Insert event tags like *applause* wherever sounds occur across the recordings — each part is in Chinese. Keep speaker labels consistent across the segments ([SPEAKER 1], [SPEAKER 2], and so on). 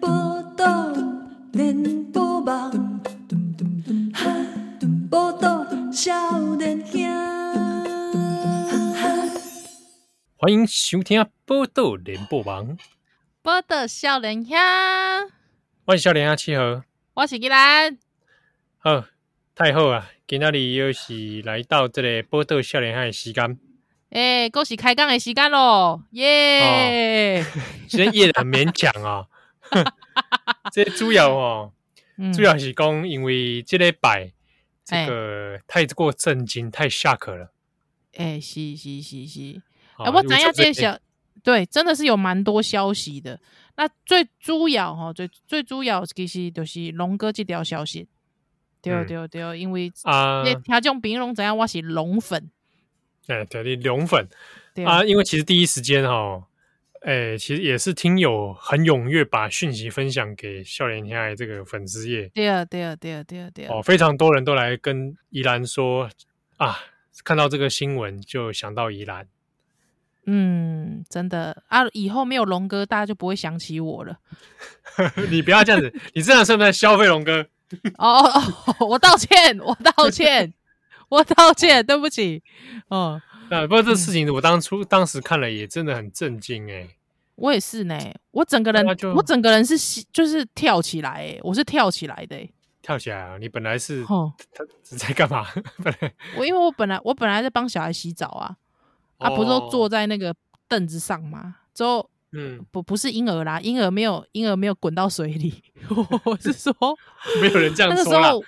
[SPEAKER 1] 报道连波网，报道少年兄。
[SPEAKER 2] 欢迎收听《波豆联播网》，
[SPEAKER 3] 报道少年兄，
[SPEAKER 2] 我是少年阿七和。
[SPEAKER 3] 我是吉兰，
[SPEAKER 2] 好，太好啊！今仔日又是来到这个波豆少年兄的时间，
[SPEAKER 3] 诶、欸，是开讲的时间咯，
[SPEAKER 2] 哦
[SPEAKER 3] 耶、
[SPEAKER 2] 今天也很勉强啊、哦。 *laughs* 这主要哦，
[SPEAKER 3] 嗯
[SPEAKER 2] 主要是讲因为这礼拜这
[SPEAKER 3] 哎
[SPEAKER 2] 个太过震惊，太 shock 了。
[SPEAKER 3] 诶、是是是是，
[SPEAKER 2] 哦
[SPEAKER 3] 哎、我怎样
[SPEAKER 2] 因为
[SPEAKER 3] 介绍？对，真的是有蛮多消息的。那最主要吼，最最主要其实就是龙哥这条消息，对、
[SPEAKER 2] 嗯
[SPEAKER 3] 对对，因为
[SPEAKER 2] 啊，
[SPEAKER 3] 那听众朋友拢知影我是龙粉，
[SPEAKER 2] 哎，对，你龙粉
[SPEAKER 3] 对
[SPEAKER 2] 啊，因为其实第一时间哦，哎，其实也是听友很踊跃把讯息分享给笑脸天爱这个粉丝页，
[SPEAKER 3] 对对对对对，
[SPEAKER 2] 哦，非常多人都来跟宜兰说啊，看到这个新闻就想到宜兰， *laughs*
[SPEAKER 3] 嗯，真的啊，以后没有龙哥，大家就不会想起我了。
[SPEAKER 2] 你不要这样子，你这样是不是在消费龙哥？
[SPEAKER 3] 哦哦哦，我道歉，我道歉，我道歉，对不起。哦，
[SPEAKER 2] 啊，不过这事情我当初当时看了也真的很震惊哎、
[SPEAKER 3] 我也是呢，我整个人
[SPEAKER 2] 那啊就，
[SPEAKER 3] 我整个人是吸就是跳起来、欸，我是跳起来的、欸。
[SPEAKER 2] 跳起来啊！你本来是
[SPEAKER 3] 哦，
[SPEAKER 2] 他在干嘛？ *laughs* 本来
[SPEAKER 3] 我因为我本来我本来在帮小孩洗澡啊，啊，不是都坐
[SPEAKER 2] 哦
[SPEAKER 3] 在那个凳子上吗？之后
[SPEAKER 2] 嗯，
[SPEAKER 3] 不不是婴儿啦，婴儿没有婴儿没有滚到水里， *laughs* 我是说
[SPEAKER 2] 没有人这样
[SPEAKER 3] 那个时
[SPEAKER 2] 说啦。
[SPEAKER 3] 候，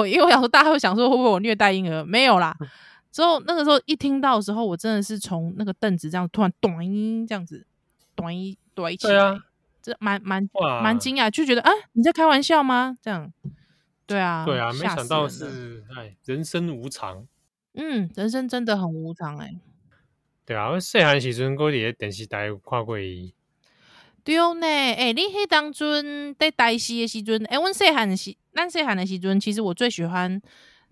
[SPEAKER 3] 哦，因为我想说大家会想说会不会我虐待婴儿？没有啦。
[SPEAKER 2] 嗯
[SPEAKER 3] 之后那个时候一听到的时候，我真的是从那个凳子这样突然短音这样子短一短起
[SPEAKER 2] 对
[SPEAKER 3] 来，
[SPEAKER 2] 啊，
[SPEAKER 3] 这蛮蛮
[SPEAKER 2] 哇，
[SPEAKER 3] 蛮惊讶，就觉得啊你在开玩笑吗？这样，对啊，
[SPEAKER 2] 对啊，没
[SPEAKER 3] 吓
[SPEAKER 2] 想
[SPEAKER 3] 死
[SPEAKER 2] 到
[SPEAKER 3] 人了，
[SPEAKER 2] 是哎，人生无常。
[SPEAKER 3] 嗯，人生真的很无常哎、
[SPEAKER 2] 对啊，我细汉时阵我伫电视台有看过伊，
[SPEAKER 3] 对哦呢，诶、你迄当阵在台西的时阵，诶、阮细汉的时，咱细汉的时阵，其实我最喜欢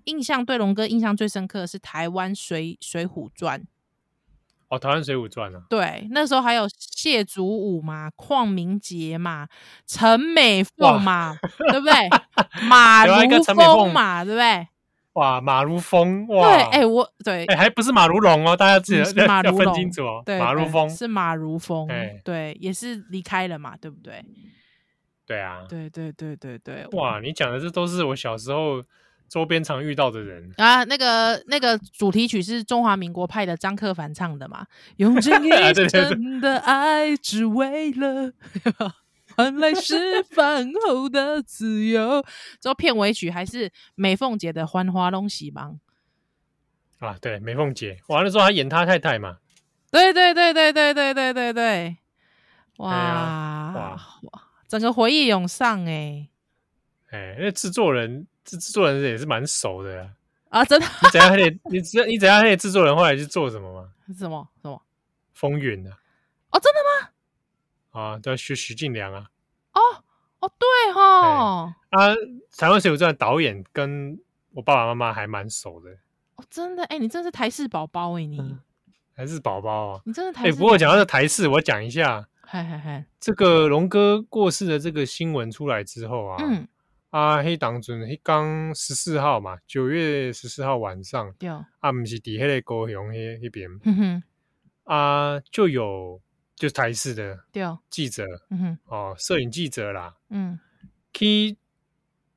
[SPEAKER 3] 印象对龙哥印象最深刻的是台湾水水浒传。
[SPEAKER 2] 哦，《台湾水浒传》啊，
[SPEAKER 3] 对，那时候还有谢祖武嘛、邝明杰嘛、陈美凤嘛，对不对？马
[SPEAKER 2] 有啊一个
[SPEAKER 3] 如
[SPEAKER 2] 陈美凤
[SPEAKER 3] 风嘛，对不对？
[SPEAKER 2] 哇，马如风，
[SPEAKER 3] 对，
[SPEAKER 2] 哇，
[SPEAKER 3] 哎、我对、
[SPEAKER 2] 哎、还不是马如龙哦，大家记
[SPEAKER 3] 嗯
[SPEAKER 2] 得、
[SPEAKER 3] 是
[SPEAKER 2] 要
[SPEAKER 3] 马
[SPEAKER 2] 要
[SPEAKER 3] 如
[SPEAKER 2] 分
[SPEAKER 3] 龙
[SPEAKER 2] 清楚哦。
[SPEAKER 3] 对，
[SPEAKER 2] 马如
[SPEAKER 3] 对
[SPEAKER 2] 风，
[SPEAKER 3] 是马如风
[SPEAKER 2] 哎，
[SPEAKER 3] 对，也是离开了嘛，对不对？
[SPEAKER 2] 对啊，
[SPEAKER 3] 对对对对对，
[SPEAKER 2] 哇，你讲的这都是我小时候周边常遇到的人。
[SPEAKER 3] 啊，那个那个主题曲是中华民国派的张克凡唱
[SPEAKER 2] *laughs*
[SPEAKER 3] 的嘛，用尽
[SPEAKER 2] 对
[SPEAKER 3] 一
[SPEAKER 2] 对对
[SPEAKER 3] 生的爱，只为
[SPEAKER 2] 啊
[SPEAKER 3] 了 *laughs* 换来是饭后的自由。之后片尾曲还是美凤姐的《欢花弄喜忙》。
[SPEAKER 2] 啊，对，梅凤姐，哇，那时候她演她太太嘛，
[SPEAKER 3] 对对对对对对对对对，哇、
[SPEAKER 2] 哎呀哇
[SPEAKER 3] 哇，整个回忆涌上哎、
[SPEAKER 2] 哎、那制作人，制制作人也是蛮熟的啦。
[SPEAKER 3] 啊，真的 *laughs*
[SPEAKER 2] 你怎样还得，你知你怎样还得制作人后来是做什么吗？
[SPEAKER 3] 什么什么
[SPEAKER 2] 风云的
[SPEAKER 3] 哦，真的吗？
[SPEAKER 2] 啊，对啊，徐徐敬良啊，
[SPEAKER 3] 哦哦，对吼。
[SPEAKER 2] 啊，《台湾水浒传》的导演跟我爸爸妈妈还蛮熟的，
[SPEAKER 3] 哦，真的，哎、你真的是台式宝宝哎，你、
[SPEAKER 2] 还是宝宝啊。
[SPEAKER 3] 你真的
[SPEAKER 2] 嗯
[SPEAKER 3] 台
[SPEAKER 2] 哎、
[SPEAKER 3] 式
[SPEAKER 2] 不过
[SPEAKER 3] 宝
[SPEAKER 2] 讲到
[SPEAKER 3] 宝
[SPEAKER 2] 这台式，我讲一下
[SPEAKER 3] 嗨嗨嗨，
[SPEAKER 2] 这个龙哥过世的这个新闻出来之后啊，
[SPEAKER 3] 嗯，
[SPEAKER 2] 啊，迄当阵迄刚十四号嘛，九月十四号晚上，
[SPEAKER 3] 对， *laughs*
[SPEAKER 2] 啊，毋是伫迄个高雄迄迄边
[SPEAKER 3] 哼哼，
[SPEAKER 2] 啊，就有就是台视的
[SPEAKER 3] 对，
[SPEAKER 2] 记者
[SPEAKER 3] 嗯哼，
[SPEAKER 2] 哦，摄影记者啦，
[SPEAKER 3] 嗯，
[SPEAKER 2] 去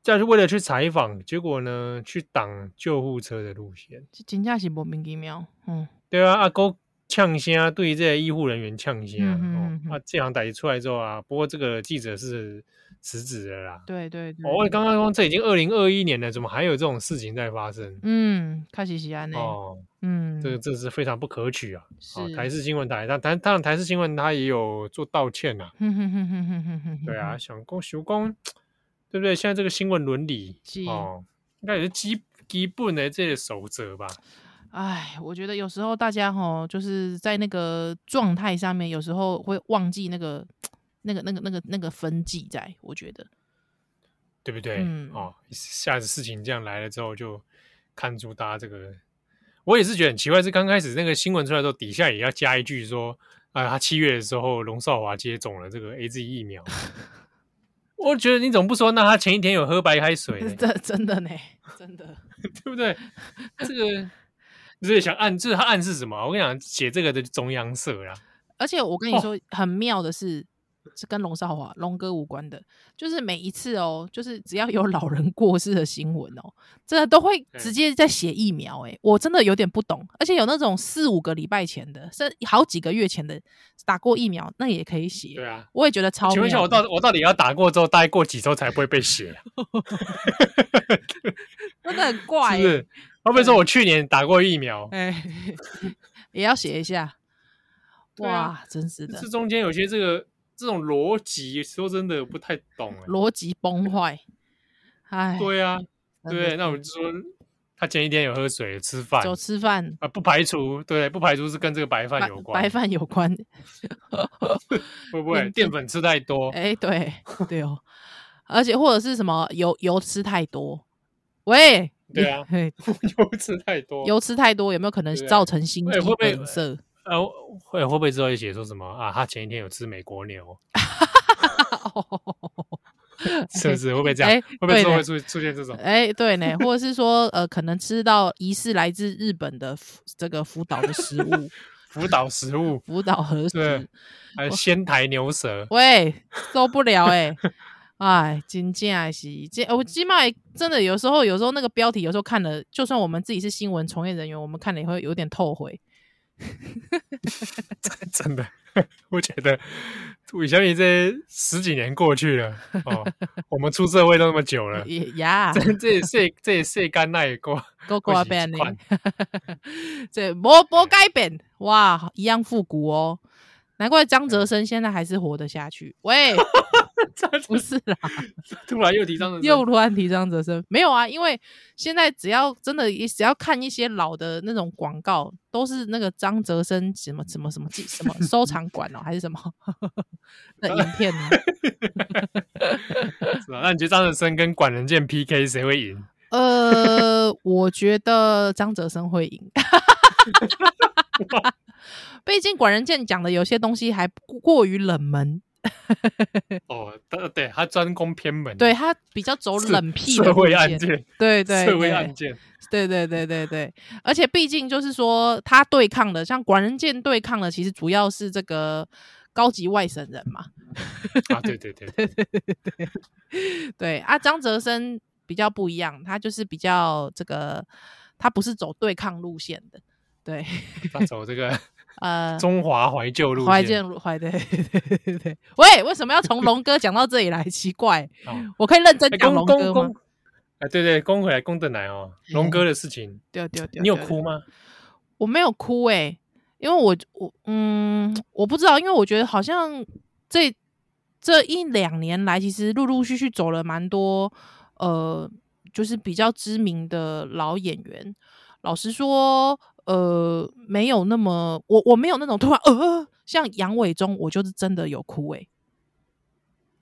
[SPEAKER 2] 就是为了去采访，结果呢，去挡救护车的路线，
[SPEAKER 3] 这真正是莫名其妙，嗯，
[SPEAKER 2] 对啊，啊，哥呛声，对这些医护人员呛声、
[SPEAKER 3] 嗯哼嗯
[SPEAKER 2] 哦，
[SPEAKER 3] 哼
[SPEAKER 2] 啊，这行逮出来之后啊，不过这个记者是辞职了啦。
[SPEAKER 3] 对对对，
[SPEAKER 2] 哦，我刚刚说这已经二零二一年了，怎么还有这种事情在发生？
[SPEAKER 3] 嗯，确实是安尼，
[SPEAKER 2] 哦，
[SPEAKER 3] 嗯，
[SPEAKER 2] 这个这是非常不可取啊！啊，
[SPEAKER 3] 是
[SPEAKER 2] 台，式新闻台，但但当然台式新闻它也有做道歉啊，
[SPEAKER 3] 哼哼哼哼哼哼哼，
[SPEAKER 2] 对啊，，想公求公，对不对？现在这个新闻伦理
[SPEAKER 3] 是
[SPEAKER 2] 哦，应该也是基基本的这些守则吧？
[SPEAKER 3] 哎，我觉得有时候大家吼，就是在那个状态上面，有时候会忘记那个、那个、那个、那个、那个分际在，我觉得，
[SPEAKER 2] 对不对？
[SPEAKER 3] 嗯
[SPEAKER 2] 哦，一下子事情这样来了之后，就看出大家这个，我也是觉得很奇怪，是刚开始那个新闻出来的时候，底下也要加一句说，啊、他七月的时候龙少华接种了这个 A Z 疫
[SPEAKER 3] *laughs*
[SPEAKER 2] 苗。我觉得你怎么不说？那他前一天有喝白开水呢，
[SPEAKER 3] *laughs* 这真的呢，真的。
[SPEAKER 2] 对不对？这
[SPEAKER 3] *laughs*
[SPEAKER 2] 个就是想暗，就是他暗示什么？我跟你讲，写这个的中央社啦，
[SPEAKER 3] 而且我
[SPEAKER 2] 哦
[SPEAKER 3] 跟你说，很妙的是，是跟龙少华、龙哥无关的，就是每一次哦，就是只要有老人过世的新闻哦，真的都会
[SPEAKER 2] 对
[SPEAKER 3] 直接在写疫苗、欸。我真的有点不懂，而且有那种四五个礼拜前的，甚至好几个月前的打过疫苗，那也可以
[SPEAKER 2] 对
[SPEAKER 3] 写。
[SPEAKER 2] 啊。
[SPEAKER 3] 我也觉得超妙的。
[SPEAKER 2] 请问一下，我到我到底要打过之后，大概过几周才不会被写、
[SPEAKER 3] *laughs*
[SPEAKER 2] 啊？
[SPEAKER 3] 真的很怪、
[SPEAKER 2] 是不是
[SPEAKER 3] 欸，？
[SPEAKER 2] 会不会说我去年打过疫苗？
[SPEAKER 3] 哎、 *laughs* 也要写一下。
[SPEAKER 2] 对
[SPEAKER 3] 哇，
[SPEAKER 2] 啊
[SPEAKER 3] 真是的
[SPEAKER 2] 这，中间有些这个这种逻辑，说真的不太懂哎、
[SPEAKER 3] 逻辑崩坏。哎，
[SPEAKER 2] 对啊，
[SPEAKER 3] 真的
[SPEAKER 2] 对，那我们就说他前一天有喝水、吃饭
[SPEAKER 3] 走吃饭
[SPEAKER 2] 啊，不排除对，不排除是跟这个白饭
[SPEAKER 3] 白
[SPEAKER 2] 有关，
[SPEAKER 3] 白饭有关。
[SPEAKER 2] 会不会
[SPEAKER 3] 嗯
[SPEAKER 2] 淀粉吃太多？ *laughs*
[SPEAKER 3] 哎、对对哦，而且或者是什么油油吃太多，喂，
[SPEAKER 2] 对啊
[SPEAKER 3] 嘿
[SPEAKER 2] 又吃太多？
[SPEAKER 3] 油吃太多有没有可能
[SPEAKER 2] 对啊
[SPEAKER 3] 造成心
[SPEAKER 2] 哎
[SPEAKER 3] 肌
[SPEAKER 2] 会不会
[SPEAKER 3] 梗塞？ *laughs*
[SPEAKER 2] 呃，会会不会之后也写说什么啊？他前一天有吃美国
[SPEAKER 3] *laughs*
[SPEAKER 2] 牛，哦是不是？会不会这样？
[SPEAKER 3] 哎
[SPEAKER 2] 会不会之后
[SPEAKER 3] 对
[SPEAKER 2] 会出出现这种？
[SPEAKER 3] 哎、对呢，或者是说呃，可能吃到疑似来自日本的福这个福岛的食物，
[SPEAKER 2] 辅导食物，
[SPEAKER 3] 福岛核
[SPEAKER 2] 对
[SPEAKER 3] 食，
[SPEAKER 2] 还有仙台牛舌，
[SPEAKER 3] 喂，受不了哎、哎，真正的是，这我起码真的有时候，有时候那个标题，有时候看了，就算我们自己是新闻从业人员，我们看了也会有点后悔。
[SPEAKER 2] *laughs* 真的，我觉得韦小米这十几年过去了哦，我们出社会都那么久了，
[SPEAKER 3] 也呀，
[SPEAKER 2] 这这也是这也是干那也
[SPEAKER 3] *laughs*
[SPEAKER 2] 过，
[SPEAKER 3] 够
[SPEAKER 2] 过
[SPEAKER 3] 过
[SPEAKER 2] 是
[SPEAKER 3] 变
[SPEAKER 2] 一
[SPEAKER 3] 呢
[SPEAKER 2] 款，
[SPEAKER 3] *laughs* 这无无改变，哇，一样复古哦。难怪张哲生现在还是活得下去。喂，不是啦，
[SPEAKER 2] 突然又提
[SPEAKER 3] *laughs*
[SPEAKER 2] 上了
[SPEAKER 3] 又突然提张哲生，没有啊，因为现在只要真的，只要看一些老的那种广告，都是那个张哲生什么什么什么记什么收藏馆哦，还是什么 *laughs* 的影片哦呢？
[SPEAKER 2] 是啊那你觉得张德生跟管仁健 PK 谁会赢？
[SPEAKER 3] 呃，我觉得张哲生会赢， *laughs* 毕竟管仁健讲的有些东西还过于冷门，
[SPEAKER 2] 哦，他对他专攻偏门，
[SPEAKER 3] *laughs* 对他比较走
[SPEAKER 2] 是
[SPEAKER 3] 冷僻
[SPEAKER 2] 社
[SPEAKER 3] 的路
[SPEAKER 2] 会案
[SPEAKER 3] 线，
[SPEAKER 2] 件，
[SPEAKER 3] 对对
[SPEAKER 2] 社会
[SPEAKER 3] 对
[SPEAKER 2] 案件，
[SPEAKER 3] 对对对对对，而且毕竟就是说他对抗的，像管仁健对抗的，其实主要是这个高级外省人嘛，
[SPEAKER 2] 啊，对对对，
[SPEAKER 3] 对啊，张哲生比较不一样，他就是比较这个，他不是走对抗路线的，对，
[SPEAKER 2] 他走这
[SPEAKER 3] *laughs*
[SPEAKER 2] 个
[SPEAKER 3] 呃，
[SPEAKER 2] 中华怀旧路
[SPEAKER 3] 怀
[SPEAKER 2] 线
[SPEAKER 3] 建，怀对 *laughs* 对对对对，喂，为什么要从龙哥讲到这里来？ *laughs* 奇怪，
[SPEAKER 2] 哦
[SPEAKER 3] 我可以认真
[SPEAKER 2] 哎
[SPEAKER 3] 讲
[SPEAKER 2] 公
[SPEAKER 3] 龙
[SPEAKER 2] 公
[SPEAKER 3] 哥吗
[SPEAKER 2] 公？，哎，对对，公回来，公的来哦，龙哥的事情，
[SPEAKER 3] 对对 *laughs* 对，
[SPEAKER 2] 你有
[SPEAKER 3] 对？
[SPEAKER 2] 哭吗？
[SPEAKER 3] 我没有哭诶、因为我我嗯，我不知道，因为我觉得好像这这一两年来，其实陆陆续续走了蛮多呃，就是比较知名的老演员。老实说，呃，没有那么我我没有那种突然呃，像杨伟忠，我就是真的有哭欸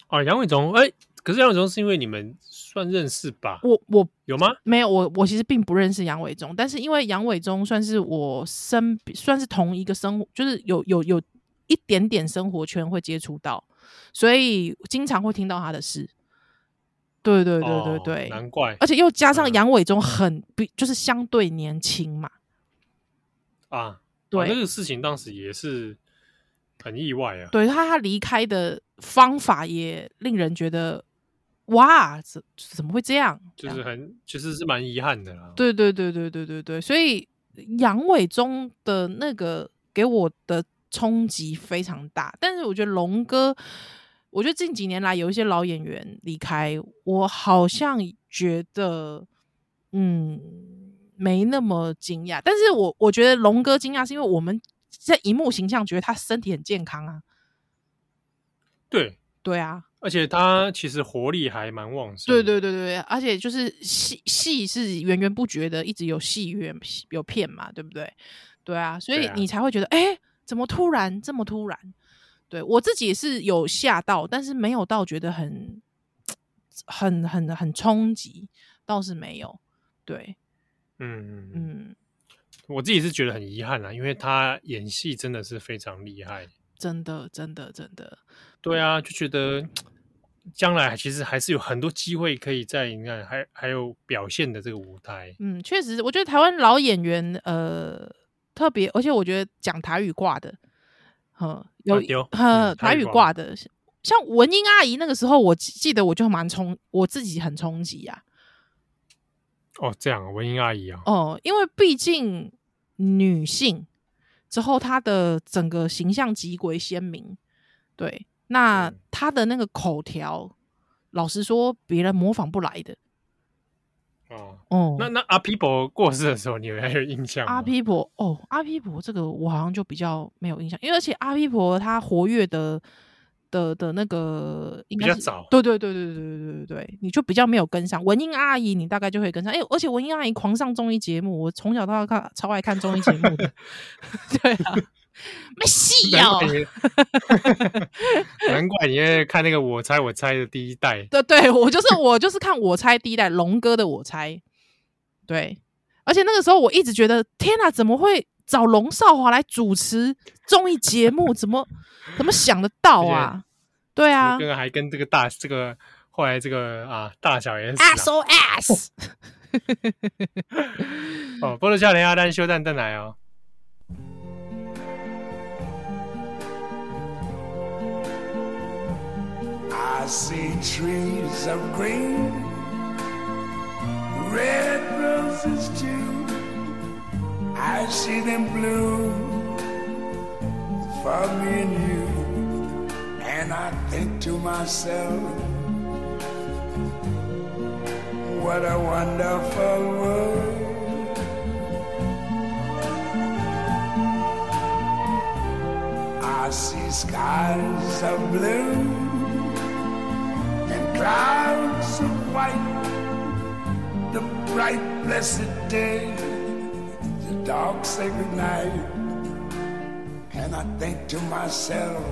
[SPEAKER 3] 诶、
[SPEAKER 2] 哦，杨伟忠，哎，可是杨伟忠是因为你们算认识吧？
[SPEAKER 3] 我我
[SPEAKER 2] 有吗？
[SPEAKER 3] 没有，我我其实并不认识杨伟忠，但是因为杨伟忠算是我身算是同一个生活，就是有有有一点点生活圈会接触到，所以经常会听到他的事。对对对对
[SPEAKER 2] 哦
[SPEAKER 3] 对，
[SPEAKER 2] 难怪
[SPEAKER 3] 而且又加上
[SPEAKER 2] 嗯
[SPEAKER 3] 杨伟忠很比就是相对年轻嘛，
[SPEAKER 2] 啊，
[SPEAKER 3] 对、
[SPEAKER 2] 哦那个事情当时也是很意外啊。
[SPEAKER 3] 对他他离开的方法也令人觉得哇，怎怎么会这样？这
[SPEAKER 2] 就
[SPEAKER 3] 样
[SPEAKER 2] 是很，其实是蛮遗憾的啦。
[SPEAKER 3] 啊对对对对对对对，所以杨伟忠的那个给我的冲击非常大，但是我觉得龙哥，我觉得近几年来有一些老演员离开，我好像觉得，嗯，没那么惊讶。但是我我觉得龙哥惊讶是因为我们在荧幕形象觉得他身体很健康啊，
[SPEAKER 2] 对，
[SPEAKER 3] 对啊，
[SPEAKER 2] 而且他其实活力还蛮旺盛。
[SPEAKER 3] 对对对对，对而且就是戏戏是源源不绝的，一直有戏源有片嘛，对不对？对啊，所
[SPEAKER 2] 对
[SPEAKER 3] 以
[SPEAKER 2] 啊
[SPEAKER 3] 你才会觉得，哎、怎么突然这么突然？对我自己也是有吓到，但是没有到觉得很很很很冲击，倒是没有。对，
[SPEAKER 2] 嗯嗯，
[SPEAKER 3] 嗯，
[SPEAKER 2] 我自己是觉得很遗憾啦，因为他演戏真的是非常厉害。
[SPEAKER 3] 真的，真的，真的，
[SPEAKER 2] 对啊，就觉得将来其实还是有很多机会可以在你看还还有表现的这个舞台。
[SPEAKER 3] 嗯，确实，我觉得台湾老演员，呃，特别，而且我觉得讲台语挂的，嗯，有
[SPEAKER 2] 啊对哦
[SPEAKER 3] 呃
[SPEAKER 2] 嗯
[SPEAKER 3] 台
[SPEAKER 2] 台
[SPEAKER 3] 语
[SPEAKER 2] 语
[SPEAKER 3] 挂
[SPEAKER 2] 挂
[SPEAKER 3] 的，像文英阿姨那个时候，我记记得我就蛮冲，我自己很冲击啊呀、
[SPEAKER 2] 哦，这样啊文英阿姨啊，
[SPEAKER 3] 哦，因为毕竟女性之后，她的整个形象极为鲜明。对，那
[SPEAKER 2] 嗯
[SPEAKER 3] 她的那个口条，老实说，别人模仿不来的。
[SPEAKER 2] 哦，
[SPEAKER 3] 哦，
[SPEAKER 2] 那那阿皮伯过世的时候，你们还有印象吗？
[SPEAKER 3] 阿皮婆哦，阿皮婆这个我好像就比较没有印象，因为而且阿皮婆她活跃的的的那个应
[SPEAKER 2] 比
[SPEAKER 3] 该
[SPEAKER 2] 较
[SPEAKER 3] 是
[SPEAKER 2] 早
[SPEAKER 3] 对对对对对对对对对，你就比较没有跟上。文英阿姨你大概就会跟上，哎、而且文英阿姨狂上综艺节目，我从小到大看超爱看综艺节目
[SPEAKER 2] *laughs*
[SPEAKER 3] 的， *laughs* 对啊，没戏
[SPEAKER 2] 难
[SPEAKER 3] 哦
[SPEAKER 2] 怪。你， *laughs* 难怪你在看那个《我猜我猜》的第一代，
[SPEAKER 3] 对对，我就是我就是看我猜第一代龙哥的我猜，对，而且那个时候我一直觉得天哪，怎么会找龙少华来主持综艺节目？怎么怎么想得到啊？对啊
[SPEAKER 2] 跟还跟这个大这个后来这个啊大小 S 啊
[SPEAKER 3] ，S O S，
[SPEAKER 2] 哦，波多少年阿丹修蛋蛋来哦。
[SPEAKER 4] I see trees of green, red roses too. I see them bloom for me and you. And I think to myself, what a wonderful world. I see skies of blue and clouds of white. The bright, blessed day, the dark, sacred night. And I think to myself,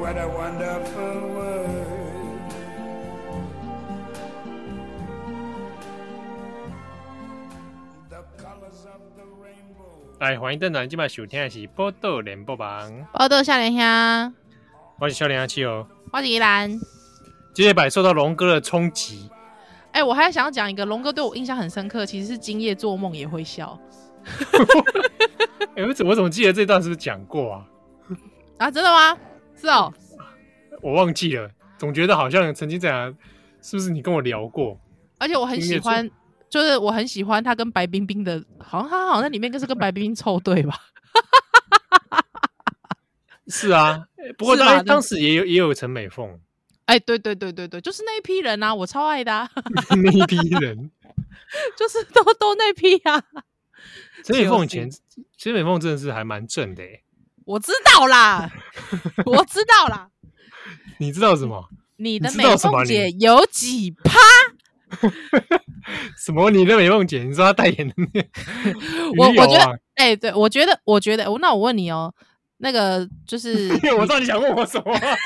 [SPEAKER 4] what a wonderful world.
[SPEAKER 2] 来，欢迎邓南，今晚收听的是《波多连播榜》，
[SPEAKER 3] *laughs* 报道笑脸香，
[SPEAKER 2] 我是小脸阿七哦。
[SPEAKER 3] 我是依兰。
[SPEAKER 2] 这些版受到龙哥的冲击，
[SPEAKER 3] 哎、我还想要讲一个龙哥对我印象很深刻，其实是今夜做梦也会笑
[SPEAKER 2] 哎、我怎我怎么记得这段是不是讲过啊？
[SPEAKER 3] 啊，真的吗？是哦，
[SPEAKER 2] 嗯我忘记了，总觉得好像曾经在哪，是不是你跟我聊过？
[SPEAKER 3] 而且我很
[SPEAKER 2] 今
[SPEAKER 3] 喜
[SPEAKER 2] 夜做
[SPEAKER 3] 欢，就是我很喜欢他跟白冰冰的，好像他好像在里面就是跟白冰冰凑对吧？
[SPEAKER 2] 是
[SPEAKER 3] *laughs*
[SPEAKER 2] 啊，哎不过
[SPEAKER 3] 是吧
[SPEAKER 2] 当当时也有也有陈美
[SPEAKER 3] *laughs*
[SPEAKER 2] 凤
[SPEAKER 3] 哎，对对对对对，就是那一批人啊，我超爱的、啊， *laughs*
[SPEAKER 2] 那一批人，
[SPEAKER 3] 就是都都那批啊，
[SPEAKER 2] 陈美凤以前陈美凤真的是还蛮正的、欸，
[SPEAKER 3] 我知道
[SPEAKER 2] *laughs*
[SPEAKER 3] 啦，我知道啦，
[SPEAKER 2] 你知道什么？
[SPEAKER 3] 你的
[SPEAKER 2] 你
[SPEAKER 3] 美
[SPEAKER 2] 知道什么啊
[SPEAKER 3] 凤
[SPEAKER 2] 你
[SPEAKER 3] 姐有几趴？
[SPEAKER 2] 什么？你的美凤姐，你说她代言的那个
[SPEAKER 3] 我
[SPEAKER 2] 鱼油
[SPEAKER 3] 我觉
[SPEAKER 2] 啊
[SPEAKER 3] 得，哎，对我觉得，我觉得，那我问你哦，那个就是
[SPEAKER 2] *laughs* 我知道你想问我什
[SPEAKER 3] *laughs*
[SPEAKER 2] 么啊、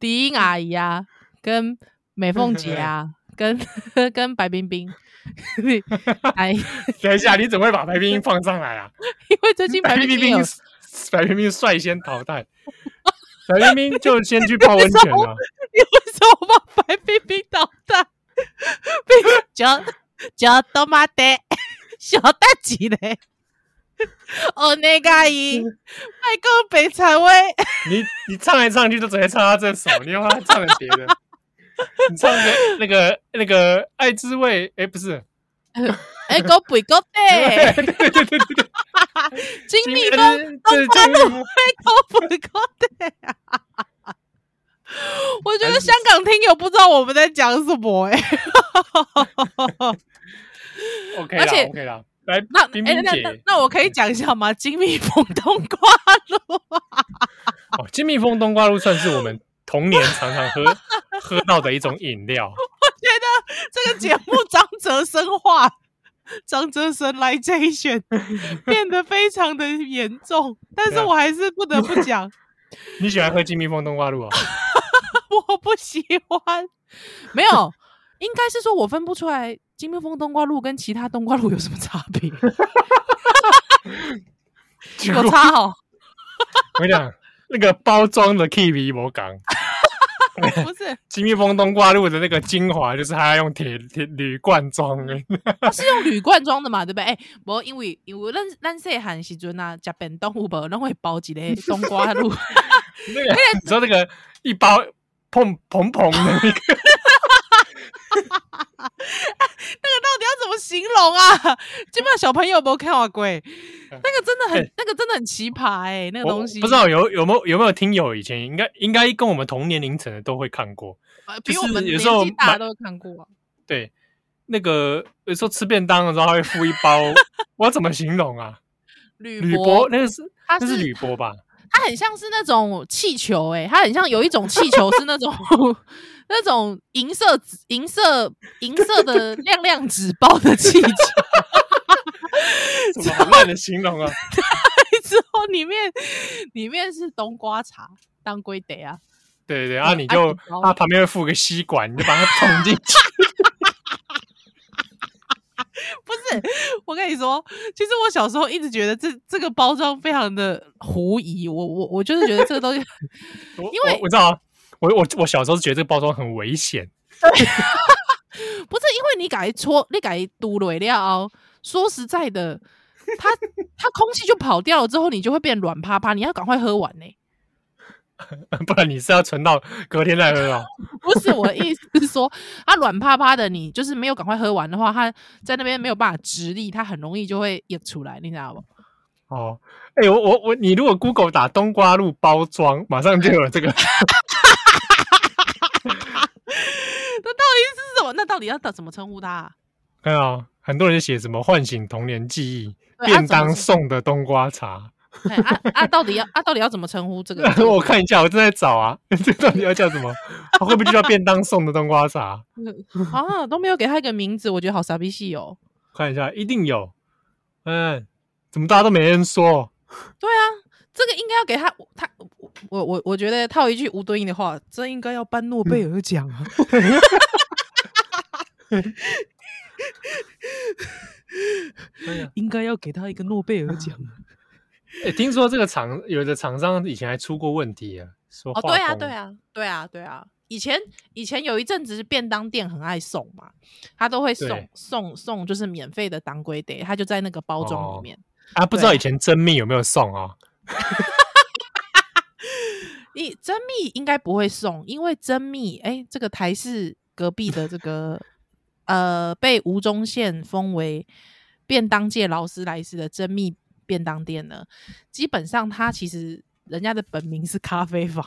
[SPEAKER 3] 迪英阿姨啊，跟美凤姐啊，跟 *laughs* 跟白
[SPEAKER 2] *laughs*
[SPEAKER 3] 冰冰， *laughs* 哎，因
[SPEAKER 2] 等一下，你怎么会把白冰冰放上来啊？
[SPEAKER 3] 为最近白
[SPEAKER 2] 白
[SPEAKER 3] 冰
[SPEAKER 2] 冰
[SPEAKER 3] 冰有
[SPEAKER 2] 冰，白冰冰率先淘汰，白冰冰就先去泡温泉啊
[SPEAKER 3] *laughs*
[SPEAKER 2] 了。
[SPEAKER 3] 你为什么把白冰冰捣蛋？冰就就他妈的， *laughs* 小蛋鸡 *laughs* 嘞！哦，那个伊，麦克北采薇，
[SPEAKER 2] 你你唱来唱去都只会唱到这首，你又他唱了别的。你唱个那个那个爱滋味，哎、不是，
[SPEAKER 3] *laughs* 哎，狗北狗
[SPEAKER 2] 对
[SPEAKER 3] *laughs* 的，
[SPEAKER 2] 对对对对对，
[SPEAKER 3] 金蜜
[SPEAKER 2] 这
[SPEAKER 3] 蜂，
[SPEAKER 2] 这这这
[SPEAKER 3] 狗北狗的。 *laughs* 我觉得香港听友不知道我们在讲什么哎、
[SPEAKER 2] ，OK
[SPEAKER 3] 而且
[SPEAKER 2] 啦 OK 啦，来
[SPEAKER 3] 那
[SPEAKER 2] 冰
[SPEAKER 3] 哎、
[SPEAKER 2] 冰
[SPEAKER 3] 那
[SPEAKER 2] 姐
[SPEAKER 3] 那那我可以讲一下吗？金蜜蜂冬瓜露，
[SPEAKER 2] 哦，金蜜蜂冬瓜露算是我们童年常常
[SPEAKER 3] *laughs*
[SPEAKER 2] 喝喝到的一种饮料。
[SPEAKER 3] 觉得这个节目 *laughs* 张哲生化，张哲生
[SPEAKER 2] *laughs*
[SPEAKER 3] 来这一选变得非常的严重，但是
[SPEAKER 2] 对啊 *laughs*
[SPEAKER 3] 我还是不得不讲， *laughs*
[SPEAKER 2] 你喜欢喝金蜜蜂冬瓜露啊？
[SPEAKER 3] 我不喜
[SPEAKER 2] *laughs*
[SPEAKER 3] 欢。没有，应该是说我分不出来金蜜蜂冬瓜露跟其他冬瓜露有什么差
[SPEAKER 2] *laughs*
[SPEAKER 3] 别，
[SPEAKER 2] 结果
[SPEAKER 3] 有差
[SPEAKER 2] *laughs*
[SPEAKER 3] 哦，
[SPEAKER 2] 我跟你讲，那个包装的 K V 我港
[SPEAKER 3] 不是，
[SPEAKER 2] 金蜜蜂冬瓜露的那个精华，就是它要用铁铁铝罐装的。
[SPEAKER 3] 它是用 *laughs* 铝罐装的嘛，对不对？哎、无因为因为咱咱细汉时阵啊，食便当有无，拢会包一个冬瓜 *laughs* 露，
[SPEAKER 2] 那个你说那个一包碰蓬蓬的那个，
[SPEAKER 3] 那个到底要怎么形容啊？基本上小朋友没看过鬼，那个真的很，那个真的很奇葩哎、 *laughs* 那
[SPEAKER 2] 嗯
[SPEAKER 3] 个
[SPEAKER 2] 我
[SPEAKER 3] 东西
[SPEAKER 2] 不知道有有没有有没有听友以前应该应该跟我们同年龄层的都会看过。
[SPEAKER 3] 呃
[SPEAKER 2] 就
[SPEAKER 3] 比
[SPEAKER 2] 是
[SPEAKER 3] 我们
[SPEAKER 2] 有
[SPEAKER 3] 年
[SPEAKER 2] 时候
[SPEAKER 3] 纪大
[SPEAKER 2] 买
[SPEAKER 3] 的都会看过、啊。
[SPEAKER 2] 对，那个有时候吃便当的时候，他会附一包，我要怎么形容啊？
[SPEAKER 3] 铝
[SPEAKER 2] 铝箔
[SPEAKER 3] 箔，
[SPEAKER 2] 那个是
[SPEAKER 3] 它
[SPEAKER 2] 那是
[SPEAKER 3] 是
[SPEAKER 2] 铝箔
[SPEAKER 3] *laughs*
[SPEAKER 2] 吧？
[SPEAKER 3] 它很像是那种气球、欸，它很像有一种气球
[SPEAKER 2] *laughs*
[SPEAKER 3] 是那种那种银色纸、银色、银色的亮亮纸包的
[SPEAKER 2] *laughs*
[SPEAKER 3] 气球，
[SPEAKER 2] 怎么好烂的形容啊？
[SPEAKER 3] 之后里面里面是冬瓜茶当归得啊，
[SPEAKER 2] 对对对，啊，你
[SPEAKER 3] 啊
[SPEAKER 2] 就
[SPEAKER 3] 你包
[SPEAKER 2] 它旁边会附个吸管，你就把它捅进去。
[SPEAKER 3] *laughs* 不是，我跟你说，其实我小时候一直觉得这这个包装非常的狐疑，我我我就是觉得这个东西 *laughs*
[SPEAKER 2] 因
[SPEAKER 3] 因为
[SPEAKER 2] 我我知道、啊，我我我小时候是觉得这个包装很危险， *laughs*
[SPEAKER 3] 不是因为你改搓，你改嘟蕊料哦。说实在的，它它空气就跑掉了之后，你就会变软趴趴，你要赶快喝完呢、
[SPEAKER 2] 不然你是要存到隔天再喝哦。
[SPEAKER 3] 不是我的意思是说，它软趴趴的，你就是没有赶快喝完的话，它在那边没有办法直立，它很容易就会溢出来，你知道不？
[SPEAKER 2] 哦，哎、我我我，你如果 Google 打冬瓜露包装，马上就有这
[SPEAKER 3] *laughs*
[SPEAKER 2] 个。
[SPEAKER 3] *laughs* 那到底是什么？那到底要怎么称呼它、啊？
[SPEAKER 2] 看到哎很多人写什么唤醒童年记忆，
[SPEAKER 3] 对啊
[SPEAKER 2] 便当
[SPEAKER 3] 怎么
[SPEAKER 2] 送的冬瓜茶。？
[SPEAKER 3] 嘿啊啊，到底要啊，到底要怎么称呼这个
[SPEAKER 2] *laughs* 我看一下，我正在找啊， *laughs* 这到底要叫什么？它会不会就叫便当送的冬瓜茶？
[SPEAKER 3] 啊，都没有给他一个名字，我觉得好傻逼戏哦。
[SPEAKER 2] 看一下，一定有。嗯，怎么大家都没人说？
[SPEAKER 3] 对啊，这个应该要给他，他我我我我觉得套一句吴敦义的话，这应该要颁诺贝尔奖啊。
[SPEAKER 2] 哎呀
[SPEAKER 3] 应该要给他一个诺贝尔奖。
[SPEAKER 2] 哎、听说这个厂有的厂商以前还出过问题啊，说
[SPEAKER 3] 哦，
[SPEAKER 2] 化
[SPEAKER 3] 对啊，
[SPEAKER 2] 工
[SPEAKER 3] 对，啊，对啊，对啊。以前以前有一阵子是便当店很爱送嘛，他都会送
[SPEAKER 2] 对
[SPEAKER 3] 送送，就是免费的当归得，他就在那个包装
[SPEAKER 2] 哦
[SPEAKER 3] 里面。
[SPEAKER 2] 啊，不知道
[SPEAKER 3] 对
[SPEAKER 2] 以前真蜜有没有送啊？
[SPEAKER 3] 你珍蜜应该不会送，因为珍蜜，哎、这个台是隔壁的这个呃，被吴宗宪封为便当界劳斯莱斯的珍蜜便当店呢，基本上它其实人家的本名是咖啡坊，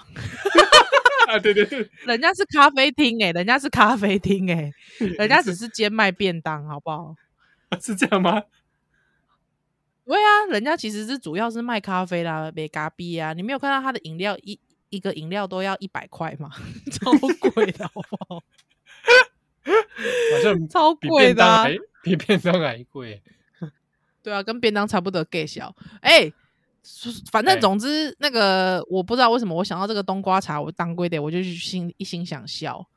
[SPEAKER 2] 啊，对对对， *laughs*
[SPEAKER 3] 人家是咖啡厅，哎，人家是咖啡厅，哎，人家只是兼卖便当，好不好？
[SPEAKER 2] 是这样吗？
[SPEAKER 3] 对啊，人家其实是主要是卖咖啡啦、卖咖啡啊。你没有看到他的饮料一一个饮料都要一百块吗？ *laughs*
[SPEAKER 2] *laughs*
[SPEAKER 3] 超贵的，好不 *laughs* 好？
[SPEAKER 2] 好像
[SPEAKER 3] 超
[SPEAKER 2] 比
[SPEAKER 3] 贵
[SPEAKER 2] 便
[SPEAKER 3] 的、
[SPEAKER 2] 当
[SPEAKER 3] 啊
[SPEAKER 2] 还，比便当还贵。
[SPEAKER 3] 对啊，跟便当差不多 gay 小。哎、说反
[SPEAKER 2] 哎
[SPEAKER 3] 正总之、那个我不知道为什么我想到这个冬瓜茶，我当归的我就去心一心想笑，